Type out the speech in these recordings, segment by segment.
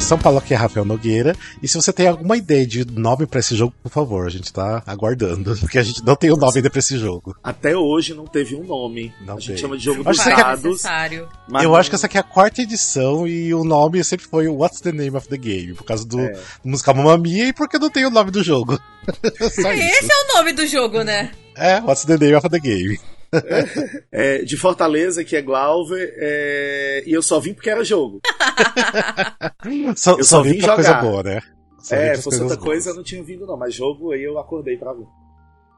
São Paulo aqui é Rafael Nogueira. E se você tem alguma ideia de nome para esse jogo, por favor, a gente tá aguardando. Porque a gente não tem o um nome ainda pra esse jogo. Até hoje não teve um nome. Não a gente tem. chama de jogo dos dados. Mas eu não... acho que essa aqui é a quarta edição e o nome sempre foi What's the Name of the Game? Por causa do é. musical Mamma Mia e porque não tem o nome do jogo. Só Esse isso. é o nome do jogo, né? É, What's the Name of the Game. É, de Fortaleza, que é Glauver, é... e eu só vim porque era jogo. so, eu só, só vim, vim pra jogar. coisa boa, né? Só é, fosse outra boas. coisa eu não tinha vindo não, mas jogo aí eu acordei pra ver.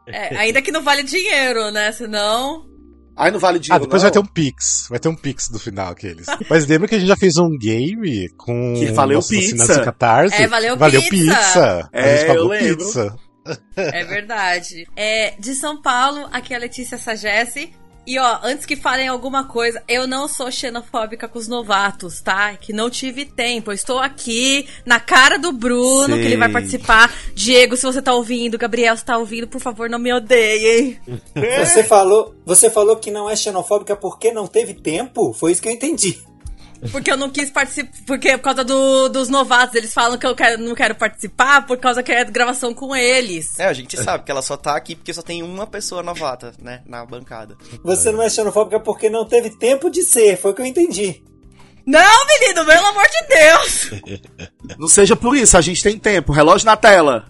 É, ainda que não vale dinheiro, né? Senão... Aí não vale dinheiro. Ah, depois não. vai ter um Pix. Vai ter um Pix no final aqueles. Mas lembra que a gente já fez um game com que valeu pizza. Catarse? É, valeu, valeu pizza. pizza. É, a gente pagou eu lembro. pizza. É verdade. É, de São Paulo, aqui é a Letícia Sagesse. E ó, antes que falem alguma coisa, eu não sou xenofóbica com os novatos, tá? Que não tive tempo. Eu estou aqui na cara do Bruno, Sim. que ele vai participar. Diego, se você tá ouvindo, Gabriel, se tá ouvindo, por favor, não me odeiem. Você falou, você falou que não é xenofóbica porque não teve tempo? Foi isso que eu entendi. Porque eu não quis participar. Porque por causa do, dos novatos, eles falam que eu quero, não quero participar por causa que é gravação com eles. É, a gente sabe que ela só tá aqui porque só tem uma pessoa novata, né? Na bancada. Você não é xenofóbica porque não teve tempo de ser, foi o que eu entendi. Não, menino, pelo amor de Deus! um- não seja por isso, a gente tem tempo. Relógio na tela.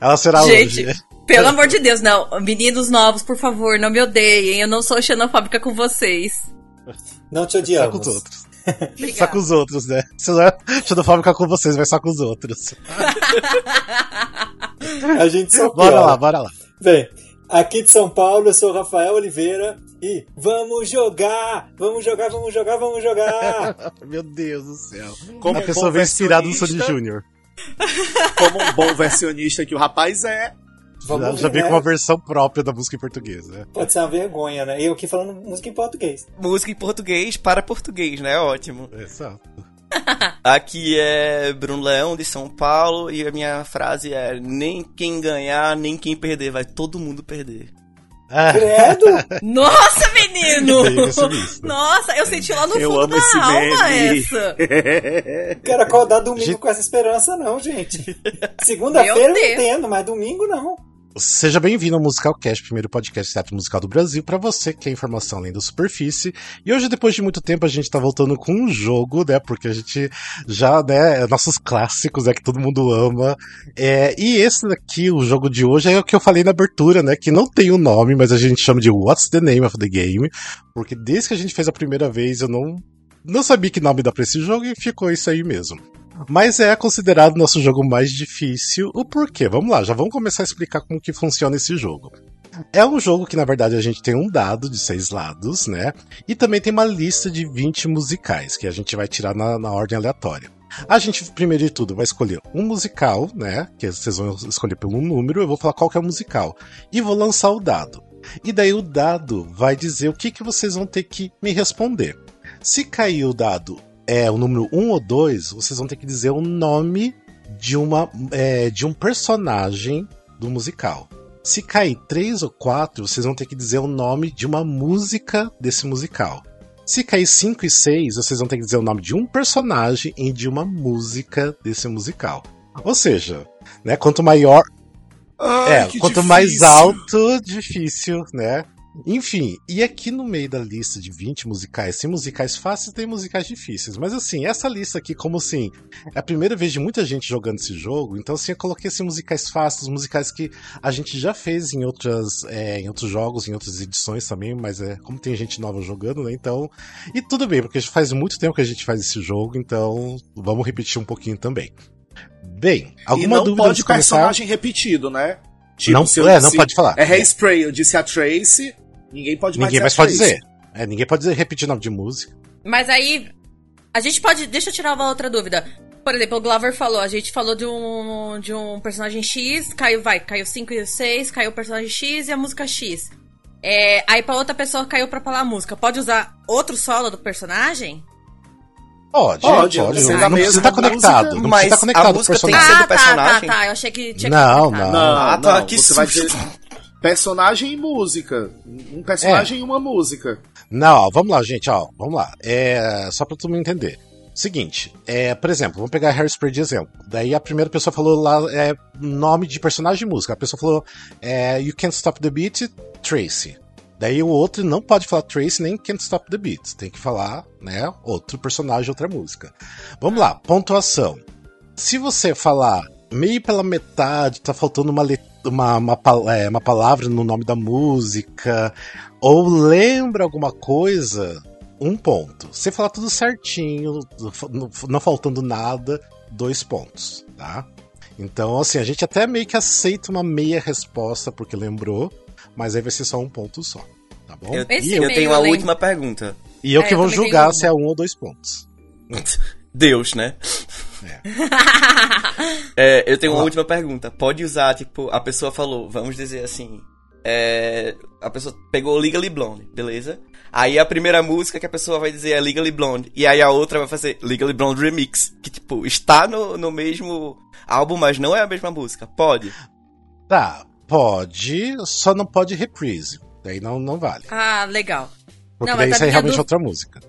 Ela será gente, hoje. Pelo amor de Deus, não. Meninos novos, por favor, não me odeiem. Eu não sou xenofóbica com vocês. Não te odiamos. Só Tá com os outros. Obrigada. Só com os outros, né? Se não é xenofóbica com vocês, vai só com os outros. a gente só tá? Bora piora. lá, bora lá. Bem, aqui de São Paulo, eu sou o Rafael Oliveira e vamos jogar! Vamos jogar, vamos jogar, vamos jogar! Meu Deus do céu. Como a um pessoa vem inspirada no Sony Júnior. Como um bom versionista que o rapaz é, Vamos já, já vem né? com uma versão própria da música em português, né? Pode ser uma vergonha, né? Eu aqui falando música em português. Música em português para português, né? Ótimo. Exato. aqui é Bruno Leão de São Paulo e a minha frase é: nem quem ganhar, nem quem perder, vai todo mundo perder. Ah, Credo! Nossa, menino! Nossa, eu senti lá no fundo é eu fundo amo da esse alma meme. essa. Quero acordar domingo gente... com essa esperança, não, gente. Segunda-feira eu entendo, mas domingo não. Seja bem-vindo ao Musical Cast, primeiro podcast de teatro musical do Brasil, para você que quer é informação além da superfície. E hoje, depois de muito tempo, a gente tá voltando com um jogo, né? Porque a gente já, né, nossos clássicos, né, que todo mundo ama. É, e esse daqui, o jogo de hoje, é o que eu falei na abertura, né? Que não tem o um nome, mas a gente chama de What's the Name of the Game. Porque desde que a gente fez a primeira vez, eu não, não sabia que nome dar pra esse jogo e ficou isso aí mesmo mas é considerado nosso jogo mais difícil. O porquê? Vamos lá, já vamos começar a explicar como que funciona esse jogo. É um jogo que, na verdade, a gente tem um dado de seis lados, né? E também tem uma lista de 20 musicais, que a gente vai tirar na, na ordem aleatória. A gente, primeiro de tudo, vai escolher um musical, né? Que vocês vão escolher pelo número, eu vou falar qual que é o musical. E vou lançar o dado. E daí o dado vai dizer o que, que vocês vão ter que me responder. Se cair o dado é, o número 1 um ou 2, vocês vão ter que dizer o nome de, uma, é, de um personagem do musical. Se cair 3 ou 4, vocês vão ter que dizer o nome de uma música desse musical. Se cair 5 e 6, vocês vão ter que dizer o nome de um personagem e de uma música desse musical. Ou seja, né, quanto maior. Ai, é, quanto difícil. mais alto, difícil, né? Enfim, e aqui no meio da lista de 20 musicais, tem musicais fáceis tem musicais difíceis. Mas assim, essa lista aqui, como assim, é a primeira vez de muita gente jogando esse jogo, então assim, eu coloquei assim, musicais fáceis, musicais que a gente já fez em, outras, é, em outros jogos, em outras edições também, mas é como tem gente nova jogando, né? Então. E tudo bem, porque faz muito tempo que a gente faz esse jogo, então vamos repetir um pouquinho também. Bem, alguma e não dúvida pode personagem começar? repetido, né? Tipo, não, é, disse, não pode falar. É Hairspray, eu disse a Tracy, Ninguém pode mais ninguém mais pode dizer. É, ninguém pode dizer repetir nome de música. Mas aí a gente pode, deixa eu tirar uma outra dúvida. Por exemplo, o Glover falou, a gente falou de um de um personagem X, caiu vai, caiu 5 e 6, caiu o personagem X e a música X. É, aí para outra pessoa caiu para falar a música. Pode usar outro solo do personagem? Pode, pode. pode. Não, não precisa estar tá conectado. Música, não precisa estar tá conectado com o personagem. Tem que ser do personagem. Ah, tá, tá, Eu achei que tinha não, que não, não, não. Ah, tá. Não, que você vai dizer personagem e música. Um personagem é. e uma música. Não, ó, vamos lá, gente, ó, vamos lá. É, só pra todo mundo entender. Seguinte, é, por exemplo, vamos pegar Hairspray de exemplo. Daí a primeira pessoa falou lá é, nome de personagem e música. A pessoa falou é, You Can't Stop the Beat, Tracy. Daí o outro não pode falar Tracy nem Can't Stop the Beat. Tem que falar, né, outro personagem, outra música. Vamos lá, pontuação. Se você falar meio pela metade, tá faltando uma, let- uma, uma, pal- é, uma palavra no nome da música, ou lembra alguma coisa, um ponto. Se falar tudo certinho, não- não faltando nada, dois pontos, tá? Então, assim, a gente até meio que aceita uma meia resposta porque lembrou, mas aí vai ser só um ponto só, tá bom? Eu, Esse e eu, eu meio tenho a lento. última pergunta. e eu É, que eu vou também tenho julgar uma. se é um ou dois pontos. Deus, né? É, eu tenho uma última pergunta. Pode usar, tipo, a pessoa falou, vamos dizer assim. é, a pessoa pegou Legally Blonde, beleza? Aí a primeira música que a pessoa vai dizer é Legally Blonde. E aí a outra vai fazer Legally Blonde Remix. Que, tipo, está no, no mesmo álbum, mas não é a mesma música. Pode. Tá, pode, só não pode reprise. Daí não, não vale. ah, legal. Porque Não, mas daí a sai minha realmente dú- outra música.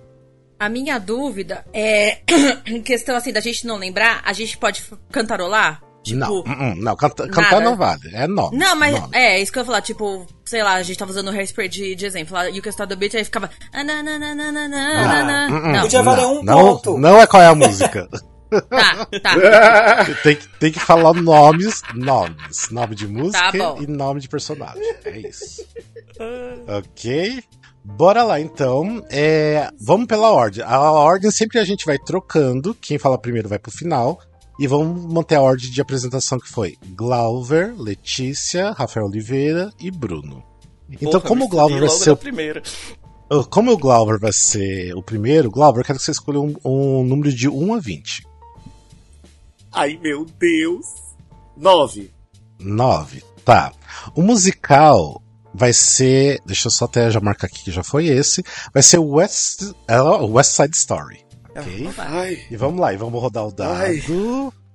A minha dúvida é. em questão assim, da gente não lembrar, a gente pode f- cantarolar? Tipo. não, uh-uh, não canta- cantar nada. não vale. É nome. Não, mas nome. é, isso que eu ia falar, tipo, sei lá, a gente tava usando o hairspray de, de exemplo, lá, You Can Stop the Beat, aí ficava. "Ah, na, na, na, na, na, na, na." Uh-uh, Não, Podia valer um não, ponto. Não é qual é a música. tá, tá. tem, que, tem que falar nomes, nomes. Nome de música Tá bom. e nome de personagem. É isso. ok. Bora lá, então. É, vamos pela ordem. A ordem sempre a gente vai trocando. Quem fala primeiro vai pro final. E vamos manter a ordem de apresentação que foi Glauver, Letícia, Rafael Oliveira e Bruno. Então, Porra, como me o Glauber fudi vai logo ser na o primeira. Uh, Como o Glauber vai ser o primeiro, Glauber, eu quero que você escolha um, um número de 1 a 20. Ai, meu Deus. Nove. 9. Tá. O musical vai ser. Deixa eu só até já marcar aqui que já foi esse. Vai ser West, ah, West Side Story. Ok? Ai. E vamos lá, e vamos rodar o dado. Ai.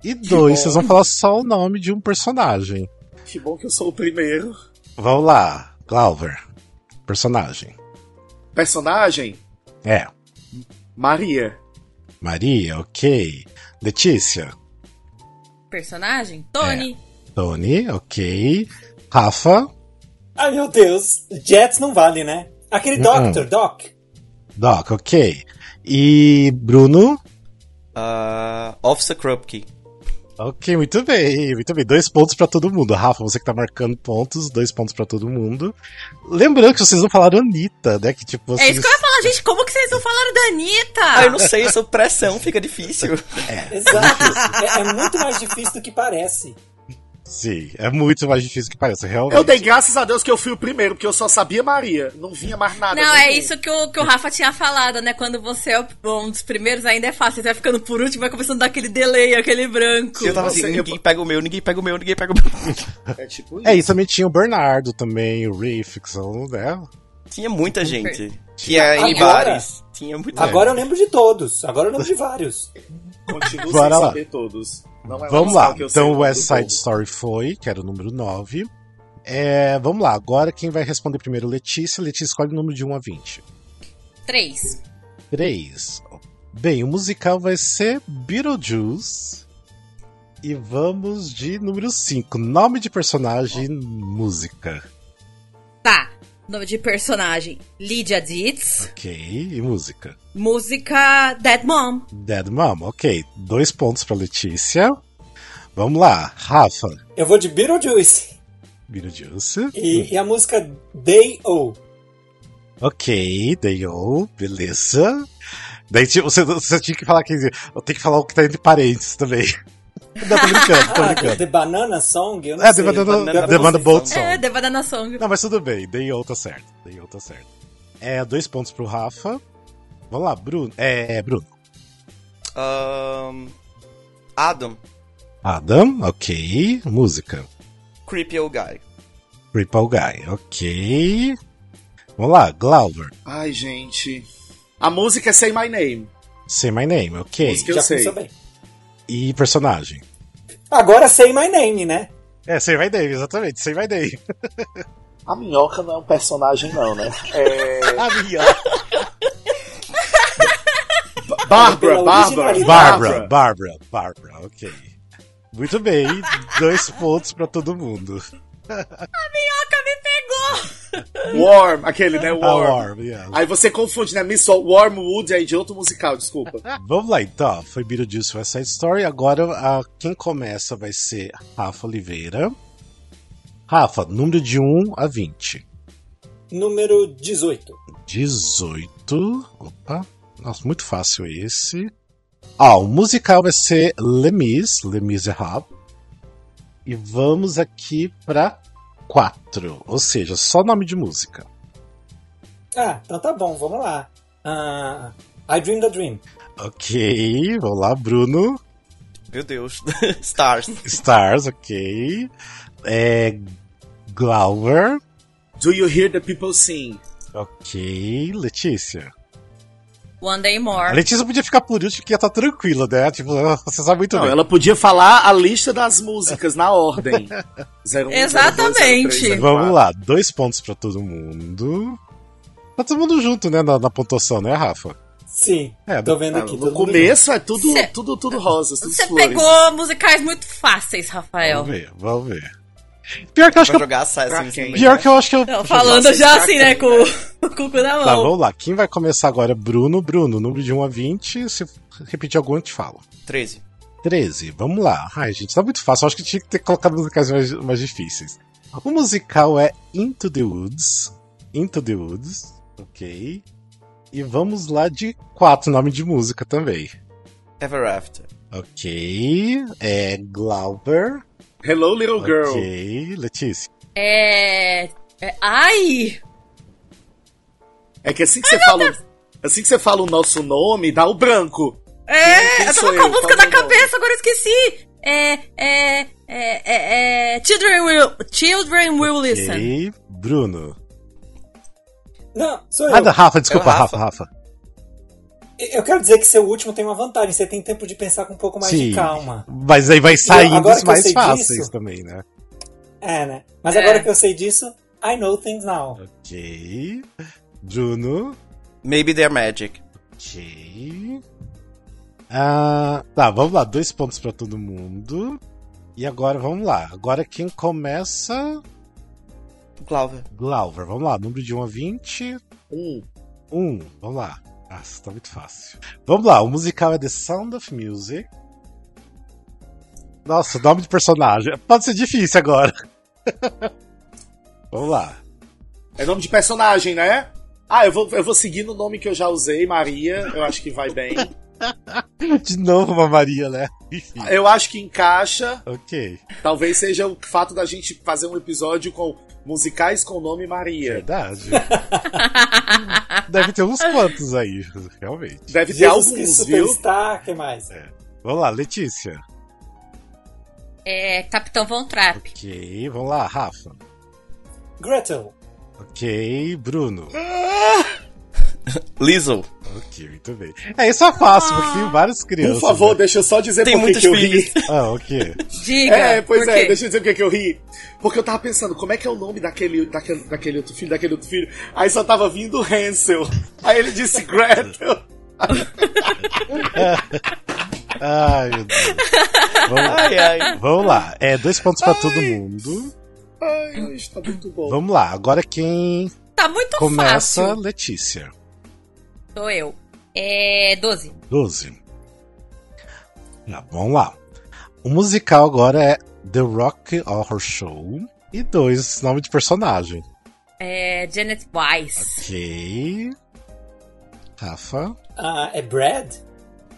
E dois, bom. vocês vão falar só o nome de um personagem. Que bom que eu sou o primeiro. Vamos lá, Glauber. Personagem. Personagem? É. Maria. Maria, ok. Letícia. Personagem? Tony. Tony, ok. Rafa. Ai, meu Deus. Jets não vale, né? Aquele Não. Doctor, Doc. Doc, ok. E Bruno? Ah, Officer Krupke. Ok, muito bem, muito bem. Dois pontos pra todo mundo. Rafa, você que tá marcando pontos, dois pontos pra todo mundo. Lembrando que vocês não falaram Anitta, né? Que tipo, É vocês... isso que eu ia falar, gente, como que vocês não falaram da Anitta? Ah, eu não sei, sob pressão fica difícil. Exato. é, é muito mais difícil do que parece. Sim, é muito mais difícil que parece, realmente. Eu dei graças a Deus que eu fui o primeiro, porque eu só sabia Maria. Não vinha mais nada. Não, nem é ninguém. isso que o, que o Rafa tinha falado, né? Quando você é o- um dos primeiros, ainda é fácil. Você vai ficando por último, vai começando a dar aquele delay, aquele branco. Eu tava Você- assim, eu- ninguém pega o meu, ninguém pega o meu, ninguém pega o meu. É tipo É, e também tinha o Bernardo também, o Riff, que são, né? Tinha muita gente. Tinha em Agora? bares. Tinha muita É. Agora eu lembro de todos. Agora eu lembro de vários. Continuo Bora sem lá. saber todos. Não é um Vamos musical lá, que eu sei então o nome West do Side povo. Story foi, que era o número 9. É, vamos lá, agora quem vai responder primeiro? Letícia. Letícia, escolhe o número de 1 a 20. Três. 3. Bem, o musical vai ser Beetlejuice. E vamos de número 5. Nome de personagem, música. Tá. Nome de personagem: Lydia Dietz. Ok, e música. Música: Dead Mom. Dead Mom, ok. Dois pontos pra Letícia. Vamos lá, Rafa. Eu vou de Beetlejuice. Beetlejuice. E, e a música Day O. Ok, deu, beleza. Daí ti- você, você tinha que falar que. Eu tenho que falar o que tá entre parênteses também. Não, tô brincando, tô Ah, brincando. The Banana Song? Eu não É, The sei. Banana- Gabriel The Banana Conceição. Boat Song. É, Deva da Song. Não, mas tudo bem, dei outra certa. Dei outra certa. É, dois pontos pro Rafa. Vamos lá, Bruno. É, Bruno. Ahn, Adam, Adam, ok. Música. Creepy Old Guy. Ripple Guy, ok. Vamos lá, Glauber. Ai, gente. A música é Say My Name. Say My Name, ok. Música. Já Eu sei. começou bem. E personagem. Agora sei My Name, né? É, Say My Name, exatamente, Say My Name. A minhoca não é um Tá personagem, não, né? É... A minha. Bárbara, Pela Então, Bárbara, originalidade. Bárbara, Bárbara, Bárbara, ok. Muito bem, dois pontos pra todo mundo. Minhoca me pegou! Warm, aquele, né? A Warm. Ah, Tá Warm, yeah. Aí você confunde, né? Miss Warmwood aí de outro musical, desculpa. Vamos lá então, foi Beetlejuice West Side Story. Agora a- quem começa vai ser Rafa Oliveira. Rafa, número de 1 a 20. Número 18. 18. Opa, nossa, muito fácil esse. Ó, o musical vai ser Lemis, Lemis é Rap. E vamos aqui pra 4, ou seja, só nome de música. Ah, então tá bom, vamos lá. Ah, I Dream the Dream. Ok, vamos lá, Bruno. Meu Deus. Stars. Stars, ok. É, Glauber, Do you hear the people sing? ok. Letícia. One Day A More. Letícia podia ficar por último, que ia estar tranquila, né? Tipo, você sabe muito Não, bem. ela podia falar a lista das músicas na ordem. 01, Exatamente. 02, 03, Vamos lá, dois pontos pra todo mundo. Tá todo mundo junto, né, na, na pontuação, né, Rafa? Sim, É, tô vendo aqui. No todo mundo começo é tudo, Cê- tudo, tudo rosas, tudo Você flores. pegou musicais muito fáceis, Rafael. Vamos ver, vamos ver. Pior que eu acho Pra que eu, jogar Pra Assassin's quem? Creed, pior né? que eu acho que eu. Não, falando já assim, né? Com o cuco na Tá, mão. vamos lá. Quem vai começar agora é Bruno. Bruno, número de 1 a 20. Se repetir algum, eu te falo. 13. 13, vamos lá. Ai, gente, tá muito fácil. Eu acho que tinha que ter colocado musicais mais, mais difíceis. O musical é Into the Woods. Into the Woods, ok. E vamos lá de quatro nome de música também. Ever After. Ok. É Glauber. Hello, Little Girl. Ok. Letícia. É... é. Ai! É que assim que você fala. Assim que você fala o nosso nome, dá o branco. É, Quem eu sou tava com a eu? música Qual na meu nome? cabeça, agora eu esqueci! É, é, é, é, é Children Will, Children will Listen. Ok. Bruno. Não, sou eu. Ah, da Rafa, desculpa, É o Rafa, Rafa. Rafa. Eu quero dizer que seu último tem uma vantagem. Você tem tempo de pensar com um pouco mais de calma. Mas aí vai saindo agora os que eu mais sei fáceis disso- também, né? É, né? Mas É. agora que eu sei disso, I know things now. Ok. Bruno. Maybe They're Magic. Ok. Ah, tá, vamos lá. Dois pontos pra todo mundo. E agora, vamos lá. Agora quem começa. Glauber. Glauber, vamos lá. Número de 1 a 20. Hum. 1. Vamos lá. Nossa, tá muito fácil. Vamos lá. O musical é The Sound of Music. Nossa, nome de personagem. Pode ser difícil agora. vamos lá. É nome de personagem, né? Ah, eu vou, eu vou seguir no nome que eu já usei, Maria. Eu acho que vai bem. De novo uma Maria, né? Enfim. Eu acho que encaixa. Ok. Talvez seja o fato da gente fazer um episódio com musicais com o nome Maria. Verdade. Deve ter uns quantos aí, realmente. Deve ter Jesus alguns, Cristo viu? Superstar, que mais? Vamos lá, Letícia. É Capitão Von Trapp. Ok, vamos lá, Rafa. Gretel. Ok, Bruno. Lizzo. Ok, muito bem. É, isso é fácil, porque tem várias crianças. Por favor, né? deixa eu só dizer Tem por que muitos que É eu ri. filhos. Ah, ok. Diga. É, pois por é, quê? deixa eu dizer por que que eu ri. Porque eu tava pensando, como é que é o nome daquele, daquele, daquele outro filho, daquele outro filho? Aí só tava vindo o Hansel. Aí ele disse Gretel. Ai, meu Deus. Vamos, Ai, ai. vamos lá. É, dois pontos pra todo mundo. Ai, isso tá muito bom. Vamos lá, agora quem Tá muito começa, fácil. Letícia. Sou eu. É. 12. 12. Tá, vamos lá. O musical agora é The Rock Horror Show. E dois, nome de personagem. É. Janet Weiss. Ok. Rafa. Ah, é Brad?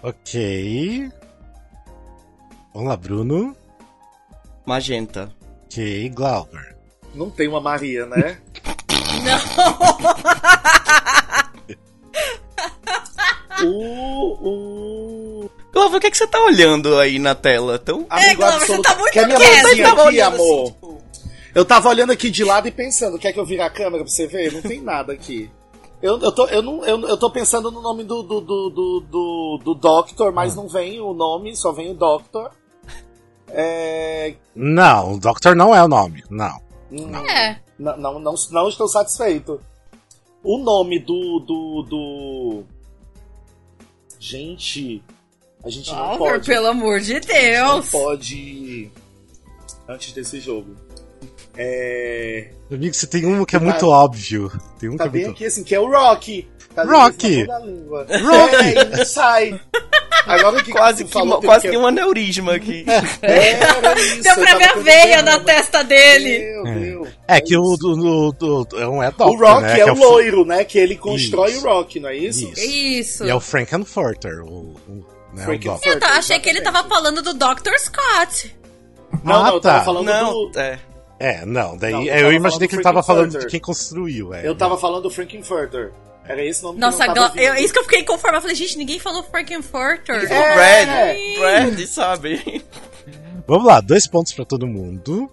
Ok. Vamos lá, Bruno. Magenta. Ok, Glauber. Não tem uma Maria, né? Não! o. o... Glauber, o que, é que você tá olhando aí na tela? Tão... É, Amigo Glauber, absoluto. você tá muito Quer minha quieto. mãozinha Você tava aqui, olhando assim, amor? Eu tava olhando aqui de lado e pensando, quer que eu vire a câmera pra você ver? Não tem nada aqui. Eu, eu, tô, eu, não, eu, eu tô pensando no nome do, do, do, do, do, do Doctor, Ah. mas não vem o nome, só vem o Doctor. É, Não, o Doctor não é o nome. Não. Não, É. não, não, não, não estou satisfeito. O nome do. do, do Gente, a gente não Álvaro, pode. pelo amor de a gente Deus. Não pode. Antes desse jogo. É. Amigo, você tem um que é muito óbvio. Tem um Tá que é bem muito aqui, assim, que é o Rock. Tá bem Rock. na ponta da língua. Rock. É, sai! Agora que Quase tu que, falou, uma- teve quase que- É, que um aneurisma aqui. Era isso, Deu pra eu ver a tava né? veia na pensando. testa dele. Meu É. Deus. É que o isso. do, do, do- do- é um é O doctor, Rock né? é, que o loiro, né? Que ele constrói Isso. o Rock, não é isso? Isso. Isso. E é o Frankenfurter, o, o, né, o Frankenfurter. doctor. Eu tá- achei que ele tava falando do Dr. Scott. Não, não, Ah, eu tava tá. falando Não, do. é. É, não, daí Não, eu eu, tava imaginei falando que do ele tava falando de Frankenfurter. quem construiu. É, Eu tava falando do Frankenfurter. Era esse o nome Nossa, que eu não tava agora, eu- ouvindo. isso que eu fiquei conformada. Eu Falei, gente, ninguém falou Frankenfurter. É. né? Brad, Brad, sabe? Vamos lá, dois pontos pra todo mundo.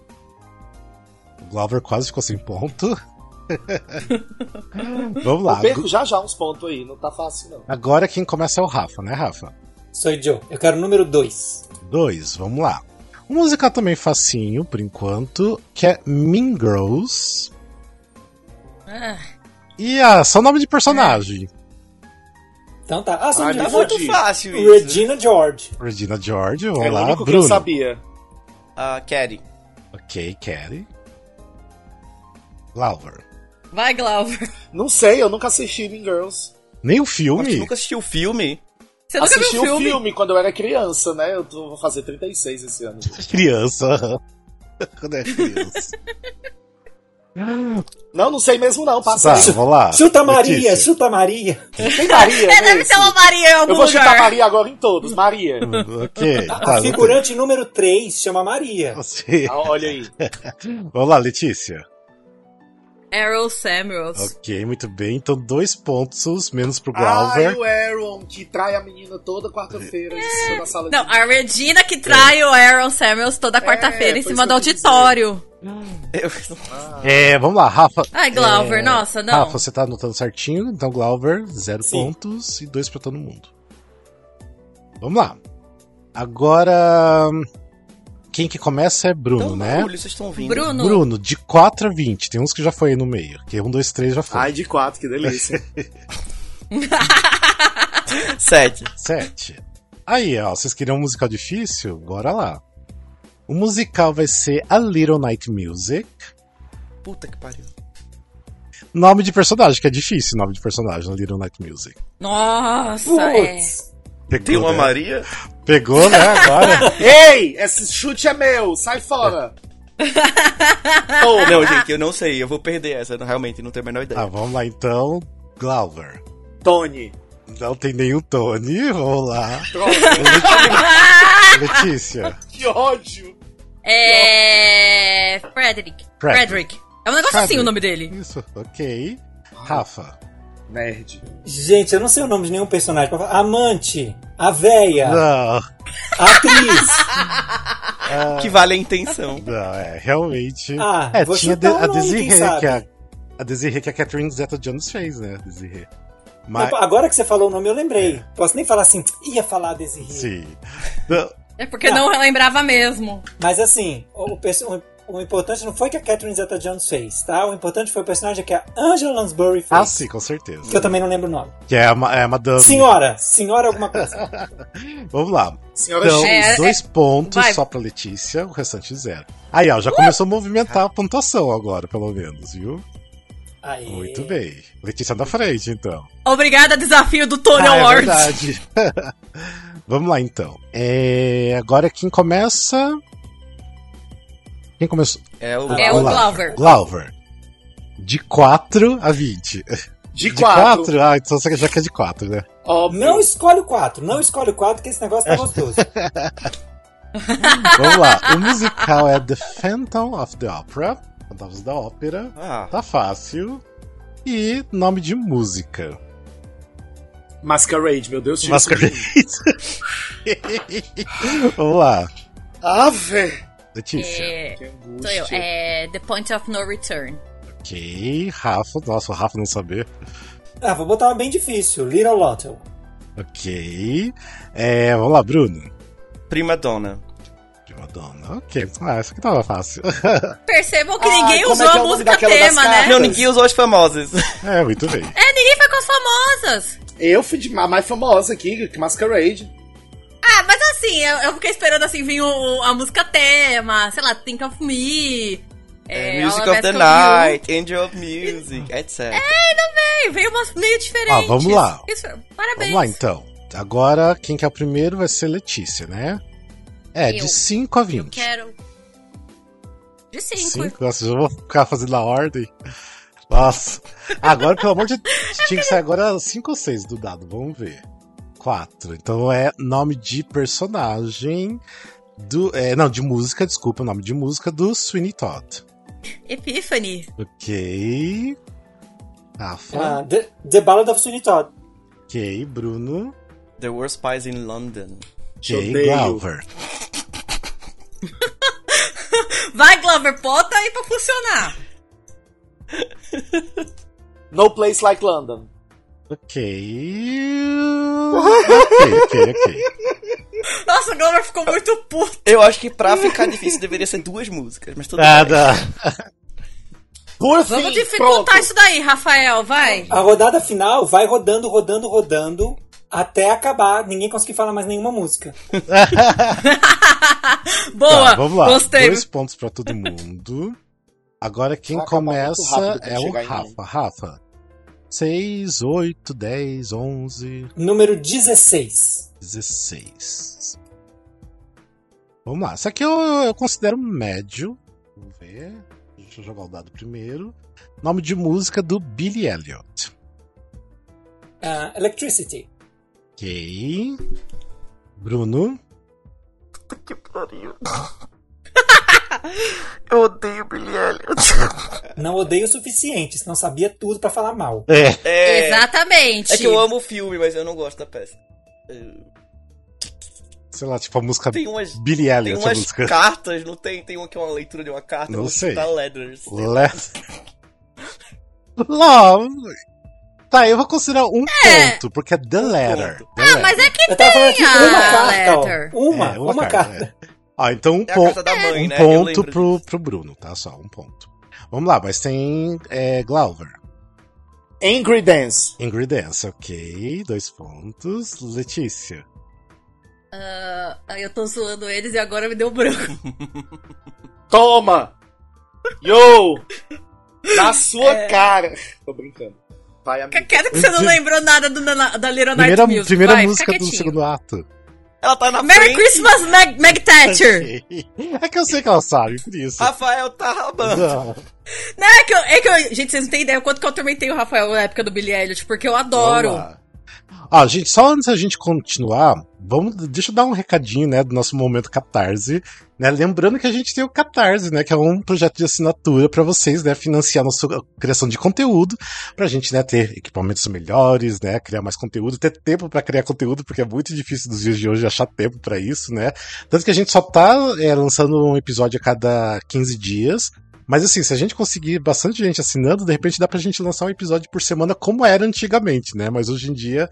O Glover quase ficou sem ponto. Vamos lá. Eu perco já já uns pontos aí, não tá fácil não. Agora quem começa é o Rafa, né, Rafa? Sou Joe. Eu quero o número 2. Dois, vamos lá. Um musical também facinho, por enquanto, que é Mean Girls. Ah, E ah, só nome de personagem. Então tá. Ah, sou Ah, de Tá não Joe. vou- muito fácil isso. Regina George. Regina George, vamos é o lá. único Bruno. que eu sabia. Ah, Kelly. Ok, Kelly. Glover. vai, Glauber. Não sei, eu nunca assisti Mean Girls. Nem o Mas tu filme. nunca assistiu o filme? Você nunca assisti viu o filme? o filme quando eu era criança, né? Eu tô- vou fazer 36 esse ano. Criança. Quando é criança. Não, não sei mesmo não, passa tá, aí. vamos lá. Chuta Maria, Letícia. chuta Maria. Tem Maria É, deve nesse? ter uma Maria em algum Eu vou lugar. chutar Maria agora em todos, Maria. Ok, tá. A não tem- figurante número 3 chama Maria. Você- Ah, olha aí. Vamos lá, Letícia. Errol Samuels. Ok, muito bem. Então, dois pontos menos pro Ai, Glauber. o Aaron, que trai a menina toda quarta-feira em cima da sala Não, de... a Regina que trai É. o Errol Samuels toda quarta-feira em foi cima isso do que eu quis dizer. auditório. Eu- É, vamos lá, Rafa. Ai, Glauber, nossa, não. Rafa, você tá anotando certinho. Então, Glauber, zero Sim. pontos e dois pra todo mundo. Vamos lá. Agora. Quem que começa é Bruno, Então, né? Julio, vocês estão ouvindo. Bruno. Bruno, de 4 a 20. Tem uns que já foi aí no meio. Que 1, 2, 3 já foi. Ai, de quatro, que delícia. Sete. 7. Aí, ó, vocês queriam um musical difícil? Bora lá. O musical vai ser A Little Night Music. Puta que pariu. Nome de personagem, que é difícil nome de personagem no Little Night Music. Nossa, é. Putz. Pegou, Tem uma né? Maria? Pegou, né, agora? Ei, esse chute é meu, sai fora. Oh, Não, gente, eu não sei. Eu vou perder essa. eu não- Realmente, não tenho a menor tá, ideia. vamos lá então. Glauber. Tony. Não tem nenhum Tony, vamos lá. Droga, Letícia. que ódio. É. Frederick. Frederick. Frederick. É um negócio assim Frederick. o nome dele. Isso, ok. Rafa. Nerd. Gente, eu não sei o nome de nenhum personagem. pra falar. Amante, a véia, Não, a atriz. Ah. Que vale a intenção. não, é, realmente. Ah, é, vou tinha chutar de- um a nome, quem Desirê, sabe? que é a, a Desirê que a Catherine Zeta Jones fez, né? Desirê. Mas. Não, Agora que você falou o nome, eu lembrei. Posso nem falar assim, ia falar desse rio. Sim. Não, É porque não, lembrava mesmo. Mas assim, o, o perso- o- o importante não foi o que a Catherine Zeta-Jones fez, tá? O importante foi o personagem que a Angela Lansbury fez. ah, sim, com Que certeza. eu também não lembro o nome. Que é a, ma- é a Madame. Senhora, senhora alguma coisa. Vamos lá. Senhora Então, X. É, é- dois pontos vai. só pra Letícia, o restante zero. Aí, ó, já começou a movimentar a pontuação agora, pelo menos, viu? Aí. Muito bem. Letícia na frente, então. Obrigada, desafio do Tony Ah, é Awards. verdade. Vamos lá, então. É, Agora quem começa. Quem começou? É o. é o Olá. Glover. Glauver. De 4 a 20. De De 4? quatro. Ah, então você já quer de 4, né? Óbvio. Não escolhe o 4, não escolhe o 4, que esse negócio tá gostoso. Vamos lá. O musical é The Phantom of the Opera. Fantasmas da Ópera. Ah, Tá fácil. E nome de música. Masquerade, meu Deus. tira isso de mim. Masquerade. Vamos lá. Ave. Letícia. É, Que sou eu. angústia. É The Point of No Return. Ok. Rafa. Nossa, o Rafa não saber. ah, vou botar uma bem difícil, Little Lotto. Ok. É, vamos lá, Bruno. prima dona. Prima dona. Ok. Ah, essa aqui tava fácil. Percebam que Ah, ninguém como é que usou é a o nome música daquela das tema, né? cartas? Não, ninguém usou as famosas. É, muito bem. É, ninguém foi com as famosas. Eu fui de, a mais famosa aqui, que é Masquerade. Ah, mas assim, eu, eu fiquei esperando assim vir o- a música tema, sei lá, Think of Me. É, é, Music All of the Best You. Night, Angel of Music, etc. É. Ei, veio umas meio diferentes. Ah, vamos lá. Isso, parabéns. Vamos lá então. Agora, quem que é o primeiro vai ser Letícia, né? É, Eu. de 5 a 20. Eu quero. De cinco. Cinco? Nossa, eu vou ficar fazendo a ordem. Nossa. Agora, pelo amor de Deus, tinha que sair agora 5 ou 6 do dado, vamos ver. 4. Então é nome de personagem do. é, não, de música, desculpa, nome de música do Sweeney Todd. Epiphany. Ok. Rafa. Ah, The, The Ballad of Sweeney Todd. Ok, Bruno. The Worst Pies in London. Te Jay odeio. Glover. Vai, Glover, bota aí pra funcionar. No Place Like London. Ok. ok, ok, ok. Nossa, o Glover ficou muito puto. Eu acho que pra ficar difícil deveria ser duas músicas, mas tudo Ah, bem. dá. Por fim, Vamos dificultar pronto. isso daí, Rafael, vai. A rodada final vai rodando, rodando, rodando, até acabar. Ninguém conseguir falar mais nenhuma música. Boa, Tá, vamos lá. gostei. Dois pontos pra todo mundo. Agora quem Vai acabar muito começa rápido pra é o chegar em Rafa. Rafa. 6, 8, 10, 11, Número 16. 16. Vamos lá. Isso aqui eu, eu considero médio. Vamos ver. Deixa eu jogar o dado primeiro. Nome de música do Billy Elliot. Ah, Electricity. Ok. Bruno. Eu odeio Billy Elliot. Não odeio o suficiente, senão sabia tudo pra falar mal. É. É, Exatamente. é que eu amo o filme, mas eu não gosto da peça. Eu- Sei lá, tipo a música Tem umas, Billy tem um Elliot. a umas música. cartas, não tem? Tem uma que é uma leitura de uma carta. Não eu vou sei. Um chutar Letters. Left. Love. Tá, eu vou considerar um É. ponto, porque é The Um Letter. ponto. The letter. Mas é que Eu tava falando aqui uma a carta, letter. ó. Uma, É, uma, carta. é. Ah, então um, É a pon- carta da mãe, um né? Eu ponto lembro pro, disso. pro Bruno, tá? Só um ponto. Vamos lá, mas tem é, Glauber. Angry Dance. Ingredientes, ok. Dois pontos. Letícia. Ah, É. Eu tô zoando eles e agora me deu branco. Toma! Yo! Na sua cara. Tô brincando. Vai, Fica amigo. quieto É. que você não lembrou nada do, Nana- da Tá Little Night Primeira, Music. primeira Vai, fica música do quietinho. segundo ato. Ela tá na Merry frente. Christmas, Meg, Meg Thatcher. É que eu sei que ela sabe, por isso. Rafael tá rabando. Não. Não, é que eu, é que eu- Gente, vocês não têm ideia o quanto que eu atormentei o Rafael na época do Billy Elliot, porque eu adoro. Vamos lá. Ah, gente, só antes da gente continuar, vamos, deixa eu dar um recadinho, né, do nosso momento Catarse, né? Lembrando que a gente tem o Catarse, né, que é um projeto de assinatura para vocês, né, financiar nossa criação de conteúdo, pra gente, né, ter equipamentos melhores, né, criar mais conteúdo, ter tempo para criar conteúdo, porque é muito difícil dos dias de hoje achar tempo para isso, né? Tanto que a gente só tá é, lançando um episódio a cada 15 dias. Mas assim, se a gente conseguir bastante gente assinando, de repente dá pra gente lançar um episódio por semana como era antigamente, né? Mas hoje em dia,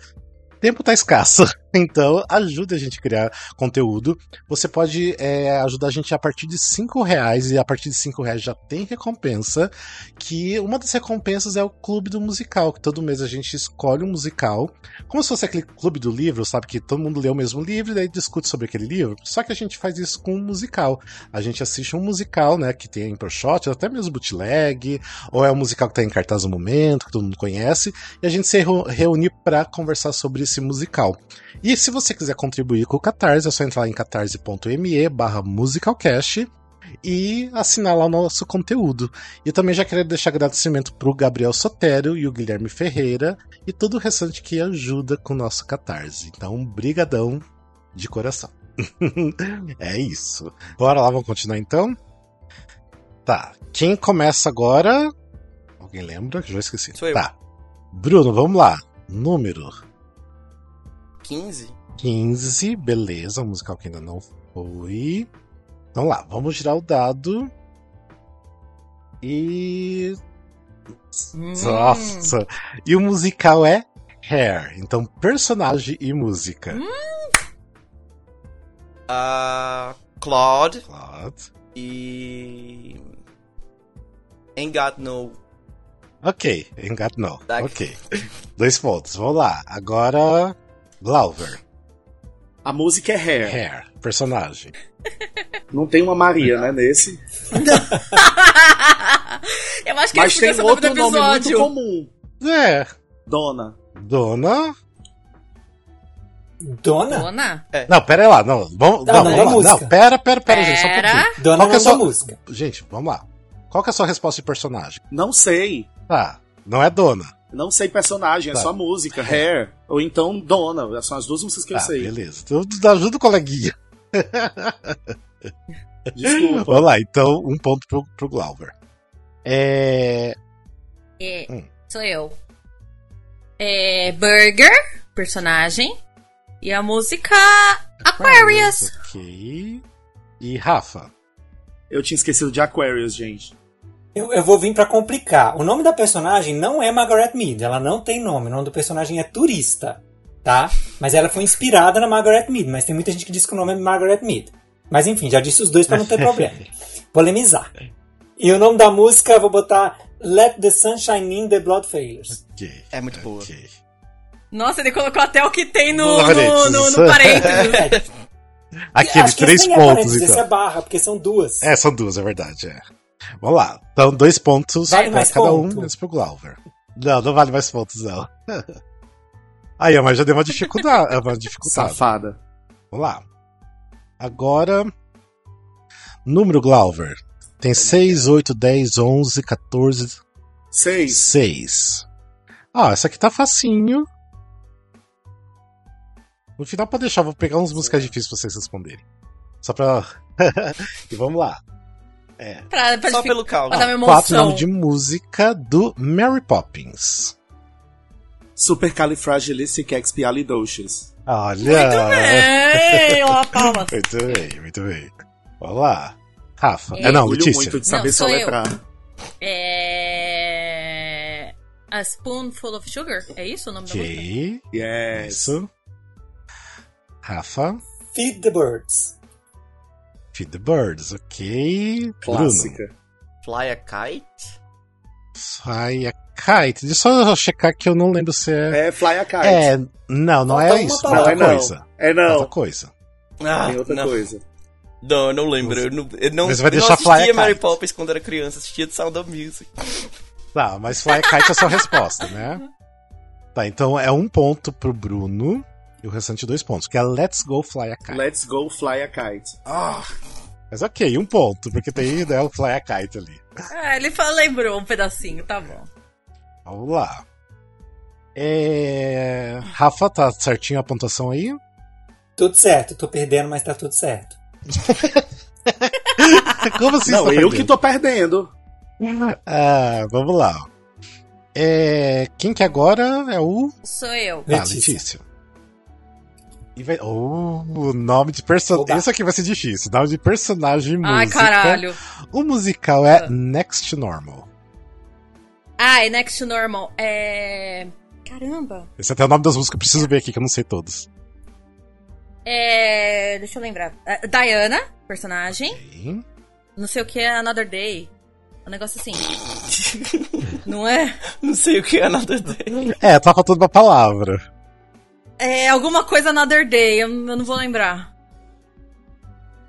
o tempo tá escasso. Então, ajuda a gente a criar conteúdo. Você pode é, ajudar a gente a partir de 5 reais, e a partir de 5 reais já tem recompensa. Que uma das recompensas é o Clube do Musical, que todo mês a gente escolhe um musical. Como se fosse aquele clube do livro, sabe? Que todo mundo lê o mesmo livro e daí discute sobre aquele livro. Só que a gente faz isso com um musical a gente assiste um musical, né, que tem em shot, até mesmo bootleg, ou é um musical que tá em cartaz no momento, que todo mundo conhece, e a gente se reu- reúne para conversar sobre esse musical. E se você quiser contribuir com o Catarse, é só entrar em catarse.me barra musicalcast e assinar lá o nosso conteúdo. E também já queria deixar agradecimento pro Gabriel Sotério e o Guilherme Ferreira e todo o restante que ajuda com o nosso Catarse. Então, brigadão de coração. é isso. Bora lá, vamos continuar então? Tá. Quem começa agora? Alguém lembra? Já esqueci. Sou eu. Tá. Bruno, vamos lá. Número 15? 15, beleza. O musical que ainda não foi. Então lá, vamos girar o dado. E. Hum. Nossa! E o musical é Hair. Então, personagem e música. Ah, Claude Claro. e. Ain't Got No Ok, enganou. Tá aqui. Ok. Dois pontos, vamos lá. Agora, Glauber, A música é Hair. Hair, personagem. Não tem uma Maria, né, nesse. Eu acho que Mas esse podia tem ser o nome do outro nome muito episódio. comum. É, Dona. dona... é. Dona? Dona? Não, pera lá, não, vamos, Tá, não, vamos não, da lá. música. Não, pera, pera, pera, gente, só um Pera. pouquinho. Dona Qual que é não da sua- música. Gente, vamos lá. Qual que é a sua resposta de personagem? Não sei. Tá, não é dona. Não sei personagem, é Tá. só música. Hair. Ou então Dona. São as duas músicas que Tá, eu sei. beleza. Então, ajuda o coleguinha. Desculpa. Vamos lá, então, um ponto pro, pro Glauber. É. É, Hum. Sou eu. É, Burger, personagem. E a música Aquarius. Ok. E Rafa. Eu tinha esquecido de Aquarius, gente. Eu, eu vou vir pra complicar. O nome da personagem não é Margaret Mead, ela não tem nome. O nome do personagem é Turista, tá? Mas ela foi inspirada na Margaret Mead, mas tem muita gente que diz que o nome é Margaret Mead. Mas enfim, já disse os dois pra não ter problema. Polemizar. E o nome da música eu vou botar Let the Sunshine in the Blood Failures. Ok. É muito boa. ok. Nossa, ele colocou até o que tem no, no, Parênteses. no, no parênteses. Aqueles Acho que três esse nem é pontos, parênteses, Esse é então. barra, porque são duas. É, são duas, é verdade. É. Vamos lá. Então, dois pontos Vale pra mais cada ponto. um, menos pro Glauber. Não, não vale mais pontos, não. Aí, mas já deu uma dificuldade. é Uma dificuldade. Safada. Vamos lá. Agora. Número Glauber. Tem 6, 8, 10, 11, 14, Seis. 6. Ah, essa aqui tá facinho. No final, pra deixar, vou pegar uns músicas difíceis pra vocês responderem. Só pra. e vamos lá. pra, pra dificultar, Só pelo caldo. pra dar uma Quatro emoção. nomes de música do Mary Poppins. Supercalifragilisticexpialidocious. Olha! Ei, É, ó, palmas. Muito bem, muito bem. Vamos lá. Rafa. É, É, não, Orgulho Letícia. muito de saber Não, sou soletrar. É... A Spoonful of Sugar? É isso o nome da música? Ok. Yes. É Isso. Rafa. Feed the Birds. Feed the Birds. Ok. Bruno. Clássica. Fly a kite? Fly a é kite. Deixa eu só checar que eu não lembro se é. É Fly a Kite. É, não, não Falta é uma isso. palavra. Falta Não, é não. coisa. É Falta não. coisa. Ah, Tem outra não. coisa. Não, eu não lembro. Eu não, eu não, Mas vai eu não deixar Fly a assistia Mary Kite. Poppins quando era criança, assistia de Sound of Music. Tá, mas Fly Kite é a sua resposta, né? Tá, então é um ponto pro Bruno e o restante dois pontos, que é Let's Go Fly a Kite. Let's go fly a kite. Mas ok, um ponto, porque tem né, o Fly a Kite ali. Ah, ele fala, lembrou um pedacinho, tá bom. Vamos lá. É... Rafa, tá certinho a pontuação aí? Tudo certo, tô perdendo, mas tá tudo certo. Como assim Não, você tá eu perdendo? que tô perdendo. Ah, vamos lá. É... Quem que agora é o... Sou eu. Ah, Letícia. Letícia. E vai... Oh, nome de personagem. Oba. Isso aqui vai ser difícil. Nome de personagem e música. Ai, caralho. O musical é Next to Normal. Ah, e Next to Normal. É... Caramba. Esse é até o nome das músicas que eu preciso ver aqui, que eu não sei todos. É... Deixa eu lembrar. É, Diana, personagem. Sim. Não sei o que é Another Day. Um negócio assim. Não é? Não sei o que é nada dele. É, tá faltando uma palavra. É alguma coisa Another Day, eu, eu não vou lembrar.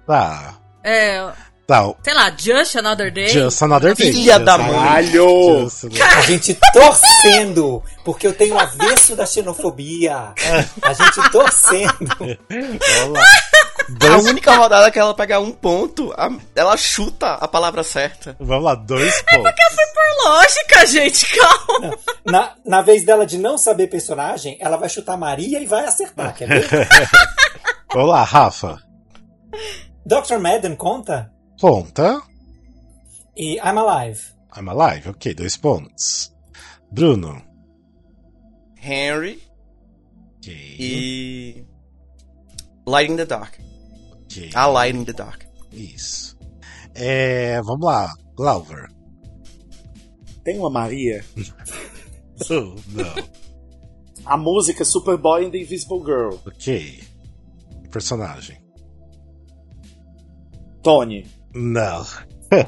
Tá. É... Tá, o Sei lá, Just Another Day? Just Another Day. Filha Just da Another- Caralho! Just Another- A gente torcendo, porque eu tenho avesso da xenofobia. A gente torcendo. Vamos lá. A Dois... única rodada que ela pegar um ponto, a- ela chuta a palavra certa. Vamos lá, dois pontos. Por lógica, gente, calma. Na, na vez dela de não saber personagem, ela vai chutar Maria e vai acertar, quer ver? Vamos lá, Rafa. Dr. Madden conta Conta. e I'm Alive. I'm alive. Ok, dois pontos. Bruno. Henry Ok. e. Light in the Dark. ok. A Light in the Dark. Isso. É, vamos lá, Glauber. Tem uma Maria. Oh, não. A música é Superboy and the Invisible Girl. ok. Personagem. Tony. Não.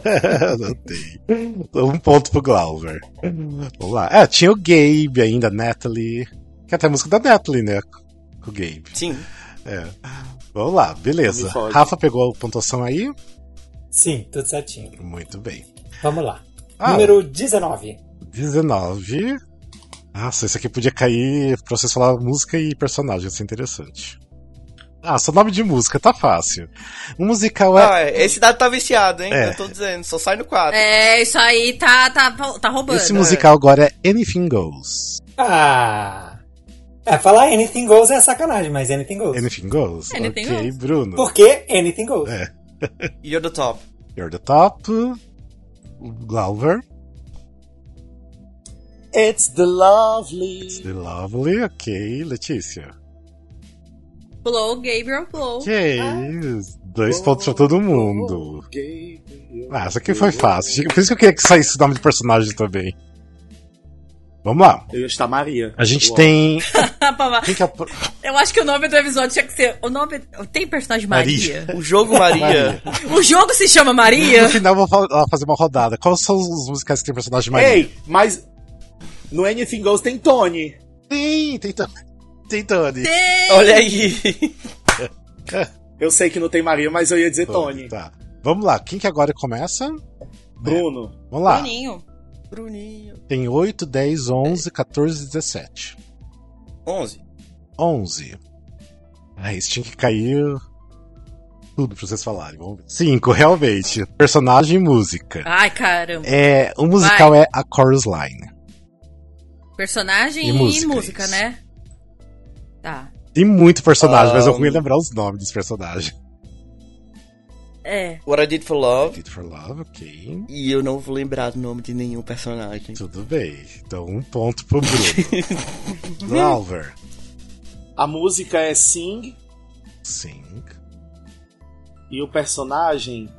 não tem. Um ponto pro Glauber. Vamos lá. É, tinha o Gabe ainda, Natalie. Que até a música da Natalie, né? Com o Gabe. Sim. É. Vamos lá, beleza. Me fode. Rafa pegou a pontuação aí? Sim, tudo certinho. Muito bem. Vamos lá. Ah. Número 19. 19. Nossa, esse aqui podia cair pra vocês falar música e personagem, isso é interessante. Ah, seu nome de música, tá fácil. Um musical é. Ah, esse dado tá viciado, hein? É. Eu tô dizendo, só sai no 4. É, isso aí tá, tá, tá roubando. Esse musical agora é Anything Goes. Ah! É, falar anything goes é sacanagem, mas anything goes. Anything Goes? Anything ok, Goes. Bruno. Porque anything goes. É. You're the top. You're the top. Glauber. It's the lovely. It's the lovely. Ok, Letícia. Blow, Gabriel Blow. Ok. Dois pontos pra todo Oh, mundo. Ah, essa aqui foi fácil. Por isso que eu queria que saísse o nome do personagem também. Vamos lá. Eu ia estar Maria. A gente Uau. tem. Papá, Quem que é o. pro- Eu acho que o nome do episódio tinha que ser. O nome. Tem personagem Maria? O jogo Maria. O jogo se chama Maria? No final, eu vou fa- ah, fazer uma rodada. Quais são os musicais que tem personagem mais. Ei, mas. No Anything Goes tem Tony. Tem, tem, Tony. tem Tony. Olha aí. Eu sei que não tem Maria, mas eu ia dizer Tony. Tá. Vamos lá. Quem que agora começa? Bruno. Vamos lá. Bruninho. Bruninho. Tem 8, 10, 11, 14, 17. 11. 11. Ah, isso tinha que cair. Tudo pra vocês falarem. Vamos ver. 5, realmente. Personagem e música. Ai, caramba. É, o musical é a Chorus Line. Personagem E e, música, música, isso. né? Tá. Tem muito personagem, mas eu Ah, ruim um- lembrar os nomes dos personagens. É. What I Did for Love. Did for Love, ok. E eu não vou lembrar do nome de nenhum personagem. Tudo bem. Então, um ponto pro Bruno. Glauber. A música é Sing Sim. e o personagem.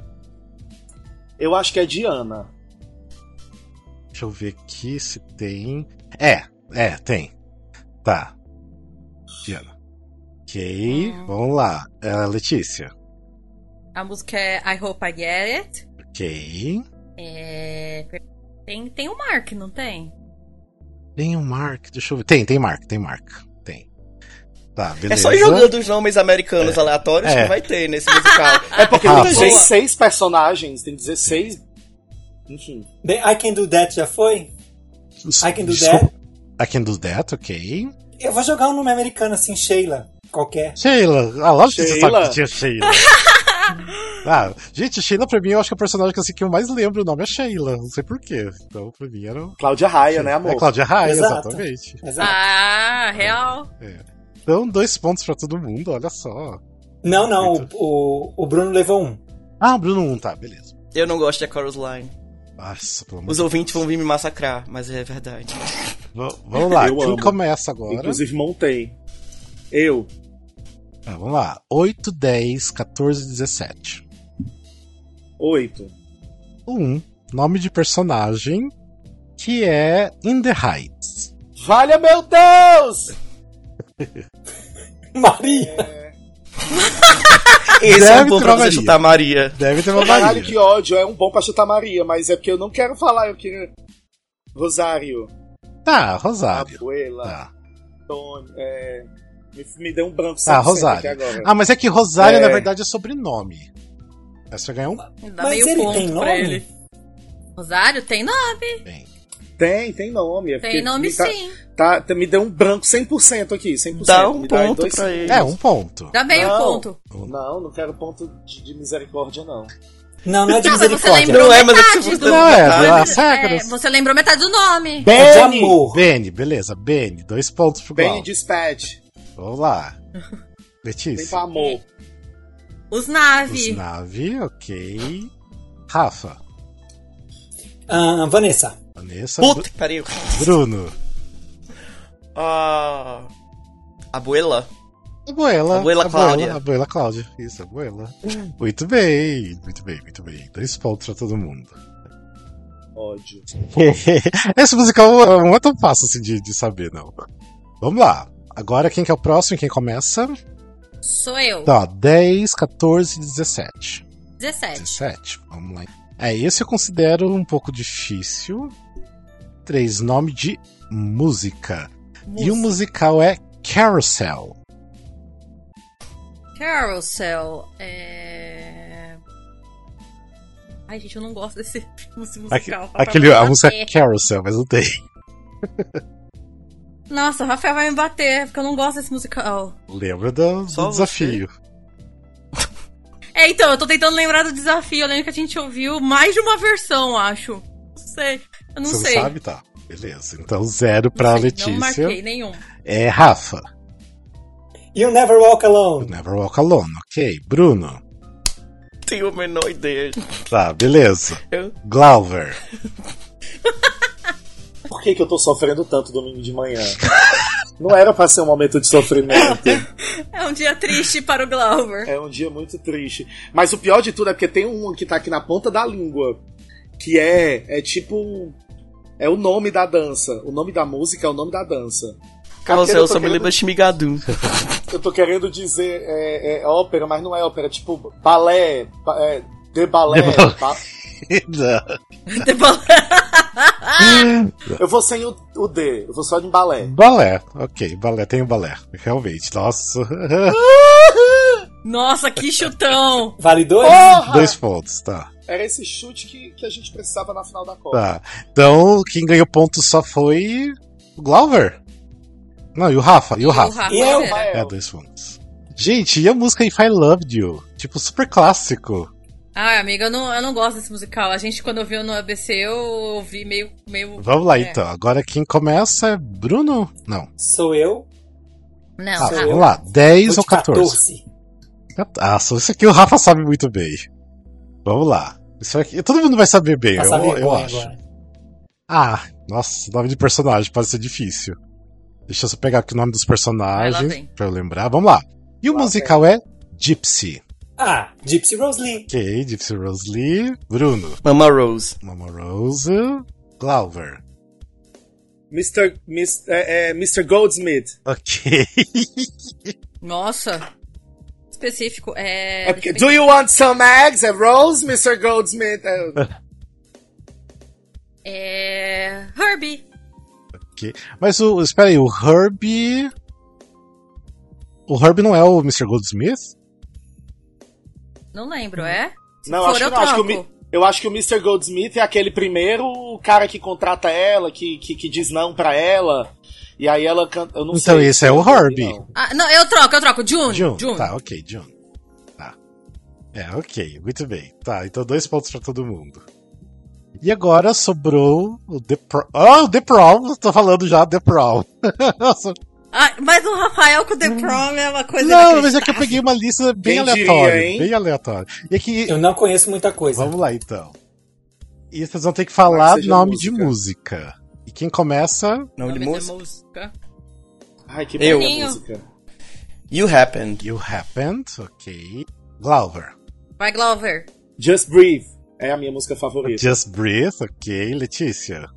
Eu acho que é Diana. Deixa eu ver aqui se tem. É, é, tem. Tá. Diana. Ok, vamos lá. É, Letícia. A música é I Hope I Get It. Ok. É. Tem, tem o Mark, não tem? Tem o Mark, deixa eu ver. Tem, tem Mark, tem Mark. Tem. Tá, beleza. É só ir jogando os nomes americanos aleatórios É. que vai ter nesse musical. É porque Ah, tem boa. seis personagens, tem 16. Enfim. Bem, I Can Do That já foi? I Can Do Desculpa. I can do that, ok. That? Eu vou jogar um nome americano assim, Sheila. Qualquer. Sheila, ah, lógico que você Sheila. sabe que tinha Sheila. ah, gente, Sheila pra mim eu acho que é o personagem que, assim, que eu mais lembro o nome é Sheila, não sei porquê. Então pra mim era. o- Cláudia Raia, né, amor? É Cláudia Raia, Exato. exatamente. Exato. Ah, real. Então, dois pontos pra todo mundo, olha só. Não, não, o, o, o Bruno levou um. Ah, Bruno 1, tá, beleza. Eu não gosto de Chorus Line. Nossa, pelo amor Os de ouvintes vão vir me massacrar, mas é verdade. Deus. Vamos lá, Eu quem amo. começa agora? Inclusive montei. Eu. Ah, vamos lá, 8, 10, 14, 17. Oito. 1, nome de personagem, que é In The Heights. Valha meu Deus! É, Maria! Esse é Deve um bom ter pra uma você Maria. chutar Maria. Deve ter uma Caralho, Maria. que ódio. É um bom pra chutar Maria, mas é porque eu não quero falar, eu queria. Rosário, Tá, Rosário. Abuela, Tá. Tony, é... me, me deu um branco Ah, 100% Rosário. aqui agora. Ah, mas é que Rosário, É. na verdade, é sobrenome. É você ganhar um Dá Mas meio ele ponto tem pra nome? ele. Rosário tem nome. bem. Tem, tem nome. É porque Tem nome me tá- sim. Tá, tá- me deu um branco 100% aqui, 100%. Dá um me dá ponto dois- pra ele. É, um ponto. Dá meio Não. ponto. Não, não quero ponto de, de misericórdia, não. Não, não é de Não, mas você misericórdia. lembrou Não é, mas é que metade você do lembrou Não, é, metade. a É, Sagres. você lembrou metade do nome. É de Benny! amor. Benny, beleza, Benny. Dois pontos pro Glau. Benny Dispatch. Vamos lá. Tem Letícia. pra É. amor. Os Nave. Os nave, ok. Rafa. Ah, Vanessa. Vanessa. Puta que pariu. Bru- Bruno. Ah. Abuela. Abuela. Abuela Cláudia. Abuela Cláudia. Isso, abuela. Muito bem, muito bem, muito bem. Dois pontos pra todo mundo. Ódio. Esse musical não é tão fácil assim de, de saber, não. Vamos lá. Agora quem que é o próximo? Quem começa? Sou eu. Tá, 10, 14, 17. 17. 17, vamos lá. É, esse eu considero um pouco difícil. Três, nome de música. E o musical é Carousel. Carousel. É. Ai, gente, eu não gosto desse, desse Aque- musical. Rafael Aquele, vai me a música é bater. Carousel, mas não tem. Nossa, o Rafael vai me bater, é porque eu não gosto desse musical. Lembra do, do Só você. desafio. É, então, eu tô tentando lembrar do desafio. Eu lembro que a gente ouviu mais de uma versão, acho. Não sei. Eu não Você sei. não sabe? Tá. Beleza. Então, zero pra Não sei, Não Letícia. marquei nenhum. é Rafa. You Never Walk Alone. Never Walk Alone. Ok. Bruno. Tenho a menor ideia. Tá, beleza. Eu- Glauber. Por que, que eu tô sofrendo tanto domingo de manhã? Não era pra ser um momento de sofrimento. É um dia triste para o Glauber. É um dia muito triste. Mas o pior de tudo é porque tem um que tá aqui na ponta da língua. Que é. É tipo. um- É o nome da dança. O nome da música é o nome da dança. Cara, Nossa, porque eu tô só me querendo- lembro de Shmigadu. Eu tô querendo dizer é, é ópera, mas não é ópera. É tipo balé. ba- É, de balé. De balé. ba- Não. Eu vou sem o, o D. Eu vou só de balé. Ah! balé. Ok, balé. Tem o balé. Realmente. Nossa. Nossa, que chutão! Vale dois? Oh! Dois pontos, tá. Era esse chute que, que a gente precisava na final da Copa. Tá. Então, quem ganhou ponto só foi o Glauber. Não, e o Rafa. E o Rafa. Rafa, Eu- era. É, dois pontos. Gente, e a música If I Loved You? Tipo, super clássico. Ai, amiga, eu não, eu não gosto desse musical. A gente, quando viu no ABC, eu ouvi meio. meio... Vamos lá, É. então. Agora quem começa é Bruno? Não. Sou eu. Não, Ah, Rafa. vamos lá. 10 Vou ou de 14? Ah, só isso aqui o Rafa sabe muito bem. Vamos lá. Isso aqui, todo mundo vai saber bem, eu, Passar eu vergonha acho. agora. Ah, nossa, nome de personagem pode ser difícil. Deixa eu só pegar aqui o nome dos Vai lá, personagens vem. pra eu lembrar. Vamos lá. E o Lá musical é Gypsy. Ah, Gypsy Rose Lee. Ok, Gypsy Rose Lee. Bruno, Mama Rose. Mama Rose, Glauber. Mr. Mis- é, é, Mr. Goldsmith. Ok. Nossa. Específico. É. É porque, Do you want some eggs? É Rose, Mr. Goldsmith. É, é... Herbie. Ok. Mas o. Espera aí, o Herbie. O Herbie não é o Mr. Goldsmith? Não lembro, é? Se Não, for, acho que eu não. Acho que, o, troco. Mi- eu acho que o Mr. Goldsmith é aquele primeiro cara que contrata ela, que, que, que diz não pra ela. E aí ela canta. Eu não Então sei. esse é o Herbie. Não. Ah, não, eu troco, eu troco. June. June. June. Tá, ok, June. Tá. É, ok, muito bem. Tá, então dois pontos pra todo mundo. E agora sobrou o The Pro. Oh, The Prom! Tô falando já The Prom. Nossa, Ah, mas o Rafael com o The Prom é uma coisa. não, mas é inacreditável. que eu peguei uma lista bem Quem diria, aleatória. hein? bem aleatória. E aqui. Eu não conheço muita coisa. Vamos lá então. E vocês vão ter que falar seja nome música. de música. E quem começa. Nome Nome de da música? é música. Ai, que Eu. boa música. You Happened. You Happened, ok. Glauber. Vai, Glover. Just Breathe. É a minha música favorita. Just Breathe, ok. Letícia.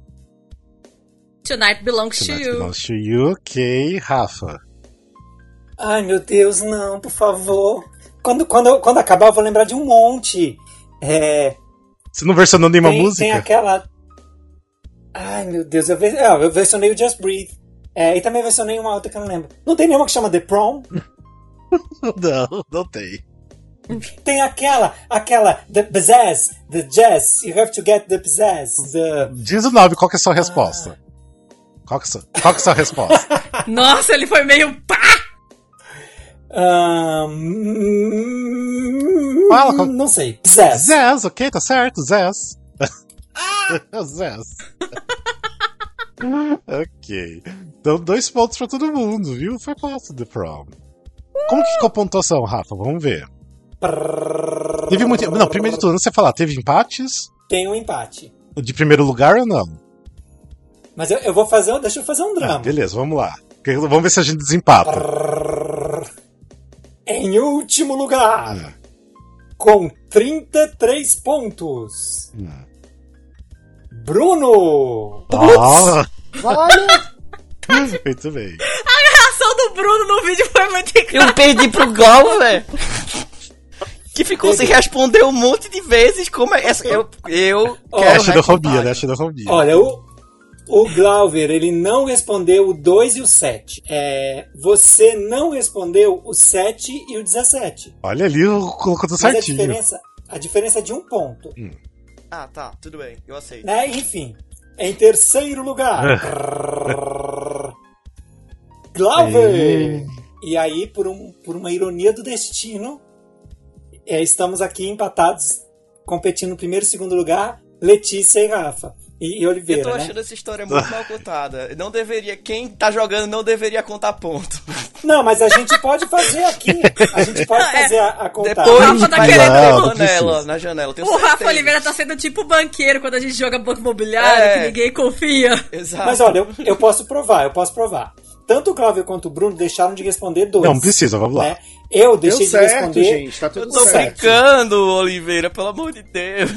Tonight belongs Tonight to you. Belongs to You, ok. Rafa. Ai, meu Deus, não, por favor. Quando, quando, eu- quando acabar, eu vou lembrar de um monte. É, Você não versionou nenhuma tem, música? tem aquela. Ai, meu Deus, eu, ve- ah, eu versionei o Just Breathe. É, e também versionei uma outra que eu não lembro. Não tem nenhuma que chama The Prom? Não, não tem. Tem aquela, aquela, The Pizzazz, The Jazz, You Have to Get The Pizzazz. The... Diz o nome, qual que é a sua resposta? Ah. Qual que é a sua, qual que é a sua resposta? Nossa, ele foi meio pá! Um, Fala, qual- Não sei, Pizzazz. Zez, ok, tá certo, Zez. Ah! Zez. ok. Então, dois pontos pra todo mundo, viu? Foi fácil, The Prom. Como que ficou a pontuação, Rafa? Vamos ver. Teve muito. Não, primeiro de tudo, antes de você falar, teve empates? Tem um empate. De primeiro lugar ou não? Mas eu, eu vou fazer, um- deixa eu fazer um Ah, drama. beleza, vamos lá. Porque- Vamos ver se a gente desempata. Em último lugar, Ah, com 33 pontos, ah. Bruno! Ah, Olha! muito bem. A ação do Bruno no vídeo foi muito engraçada. Eu perdi pro Glauber. Que ficou sem responder um monte de vezes. Como é essa? Eu. eu Ó, Que é a quero xenofobia, recordar. né? A xenofobia. Olha, o, o Glauber, ele não respondeu o 2 e o 7. É, você não respondeu o 7 e o 17. Olha ali, colocou tudo Mas é a certinho. diferença, a diferença é de um ponto. Ah, tá, tudo bem, eu aceito. Né? Enfim, em terceiro lugar. Glauber! E aí, por, um, por uma ironia do destino, é, estamos aqui empatados, competindo no primeiro e segundo lugar, Letícia e Rafa. E, e Eu Oliveira, tô né? achando essa história muito mal contada. Não deveria, quem tá jogando não deveria contar ponto. Não, mas a gente pode fazer aqui. A gente pode Não, é. fazer a, a contagem. Depois Rafa tá vai querendo na ir embora. janela, na janela. tenho O Rafa certeza. Oliveira tá sendo tipo banqueiro quando a gente joga banco imobiliário, É. que ninguém confia. Exato. Mas olha, eu, eu posso provar, eu posso provar. Tanto o Cláudio quanto o Bruno deixaram de responder dois. Não, precisa, vamos lá. né? Eu Deu deixei de certo, responder. gente. Tá tudo eu tô certo. brincando, Oliveira, pelo amor de Deus.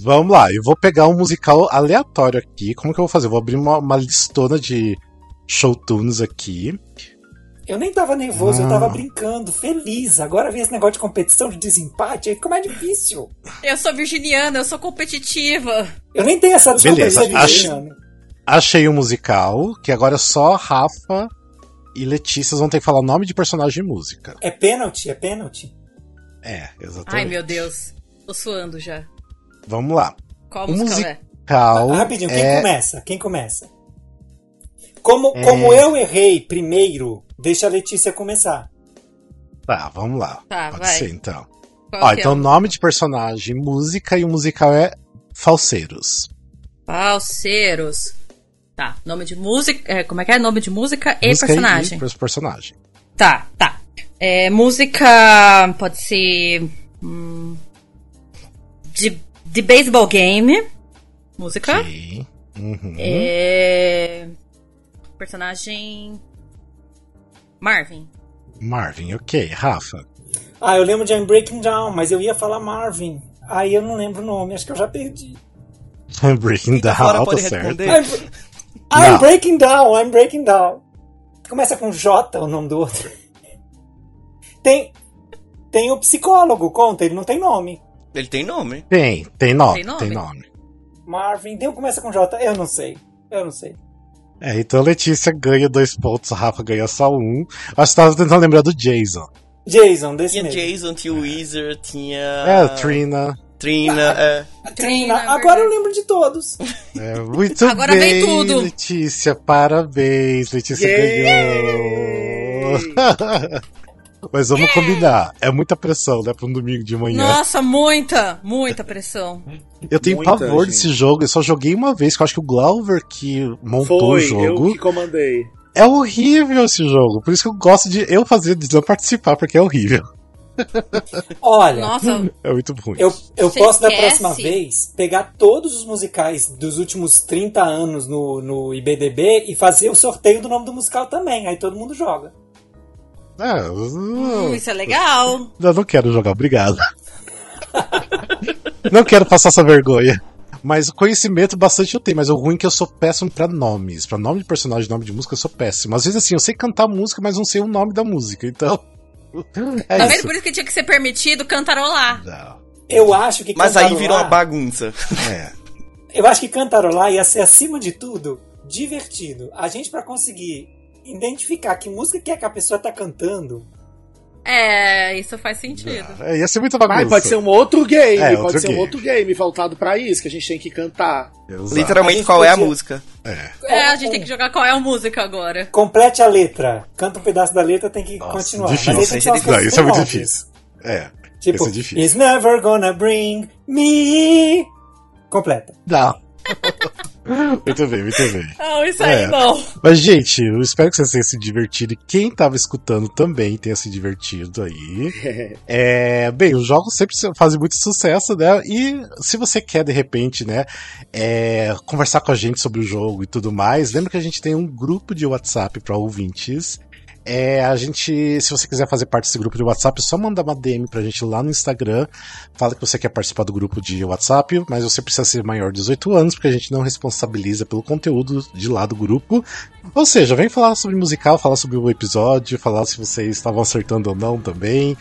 Vamos lá, eu vou pegar um musical aleatório aqui. Como que eu vou fazer? Eu vou abrir uma, uma listona de show tunes aqui. Eu nem tava nervoso, eu Ah. tava brincando, feliz. Agora vem esse negócio de competição, de desempate, aí fica mais difícil. Eu sou virginiana, eu sou competitiva. Eu nem tenho essa desculpa Beleza, de acho- ser acho... Achei um musical, que agora só Rafa e Letícia vão ter que falar nome de personagem e música. É pênalti, é pênalti. É, exatamente. Ai, meu Deus. Tô suando já. Vamos lá. Qual Um música music- é? Cal. Ah, Rapidinho, quem é... começa? Quem começa? Como, como É. eu errei primeiro, deixa a Letícia começar. Tá, vamos lá. Tá, Pode vai. ser então. Qual Ó, que então é? nome de personagem, música e o musical é Falseiros. Falseiros. Tá, nome de música. é, como é que é? Nome de música e música personagem. E, e personagem. Tá, tá. É, música pode ser. hum, de, de baseball game. Música. Ok. Uhum. É, personagem. Marvin. Marvin, ok. Rafa. Ah, eu lembro de I'm Breaking Down, mas eu ia falar Marvin. Aí eu não lembro o nome, acho que eu já perdi. Breaking Então, Down, tá pode certo. responder. I'm, I'm Não. Breaking Down, I'm Breaking Down. Começa com J o nome do outro. Tem, tem o psicólogo, conta, ele não tem nome. Ele tem nome. Tem, tem nome, Tem nome? tem nome. Marvin, tem um que começa com J, eu não sei. Eu não sei. É, então Letícia ganha dois pontos, Rafa ganha só um. Acho que tava tentando lembrar do Jason. Jason, desse Tinha mesmo. Jason, tinha Weezer, tinha. É, Trina. Trina, é. então Trina, Trina, agora verdade. eu lembro de todos. É, muito Agora vem bem, tudo. Letícia, parabéns. Letícia ganhou. Mas vamos combinar. É muita pressão, né, pra um domingo de manhã. Nossa, muita, muita pressão. Eu tenho Muita, pavor gente. desse jogo, eu só joguei uma vez, que eu acho que o Glauber que montou o Foi, eu jogo. que comandei. É horrível esse jogo, por isso que eu gosto de eu fazer, de não participar, porque é horrível. Olha, Nossa, É muito ruim. eu, eu Você posso da esquece? próxima vez pegar todos os musicais dos últimos 30 anos no, no IBDB e fazer o sorteio do nome do musical também. Aí todo mundo joga. É, hum, eu- isso é legal. eu não quero jogar, obrigado. não quero passar essa vergonha. Mas o conhecimento bastante eu tenho, mas o ruim é que eu sou péssimo pra nomes. Pra nome de personagem, nome de música, eu sou péssimo. Às vezes assim, eu sei cantar música, mas não sei o nome da música, então. É Talvez isso. por isso que tinha que ser permitido cantarolar. Não, Eu acho que Mas aí virou Cantarolar- uma bagunça. é. Eu acho que cantarolar ia ser, acima de tudo, divertido. A gente, pra conseguir identificar que música que é que a pessoa tá cantando, É, isso faz sentido. É, ia ser muita bagunça. Mas pode ser um outro game, É, pode outro ser game. um outro game voltado pra isso, que a gente tem que cantar. Exato. Literalmente, Aí qual é a podia- música? É, a gente tem que jogar qual é a música agora. complete a letra. Canta um pedaço da letra, tem que Nossa, continuar. difícil. Mas aí tem que ser umas Não, coisas isso é muito óbvias. difícil. É. Tipo, Isso é difícil. It's never gonna bring me. Completa. Não. muito bem, muito bem. Não, isso aí É. não. Mas, gente, eu espero que vocês tenham se divertido e quem tava escutando também tenha se divertido aí. É, bem, os jogos sempre se- fazem muito sucesso, né? E se você quer, de repente, né, é, conversar com a gente sobre o jogo e tudo mais, lembra que a gente tem um grupo de WhatsApp para ouvintes. É, a gente, se você quiser fazer parte desse grupo de WhatsApp, é só mandar uma DM pra gente lá no Instagram. Fala que você quer participar do grupo de WhatsApp, mas você precisa ser maior de 18 anos, porque a gente não responsabiliza pelo conteúdo de lá do grupo. Ou seja, vem falar sobre musical, falar sobre o episódio, falar se vocês estavam acertando ou não também.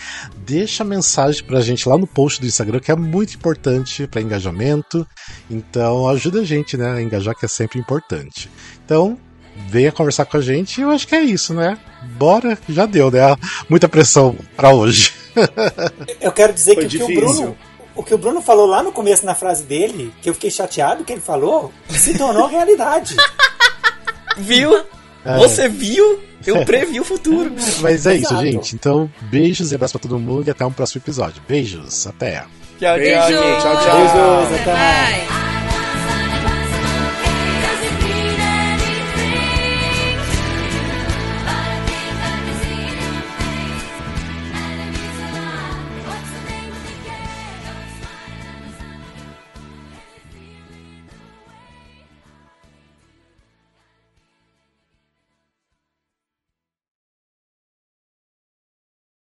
Deixa mensagem pra gente lá no post do Instagram, que é muito importante para engajamento. Então ajuda a gente, né, a engajar, que é sempre importante. Então, venha conversar com a gente. Eu acho que é isso, né? Bora, já deu, né? Muita pressão para hoje. Eu quero dizer Foi que o, que o difícil. Bruno. O que o Bruno falou lá no começo na frase dele, que eu fiquei chateado que ele falou, se tornou realidade. Viu? Você viu? Eu previ o futuro. Mas é isso, Exato. gente. Então, beijos e abraço pra todo mundo e até um próximo episódio. Beijos, até. Tchau, tchau, Beijo, gente. tchau, tchau. Beijos, até Até mais.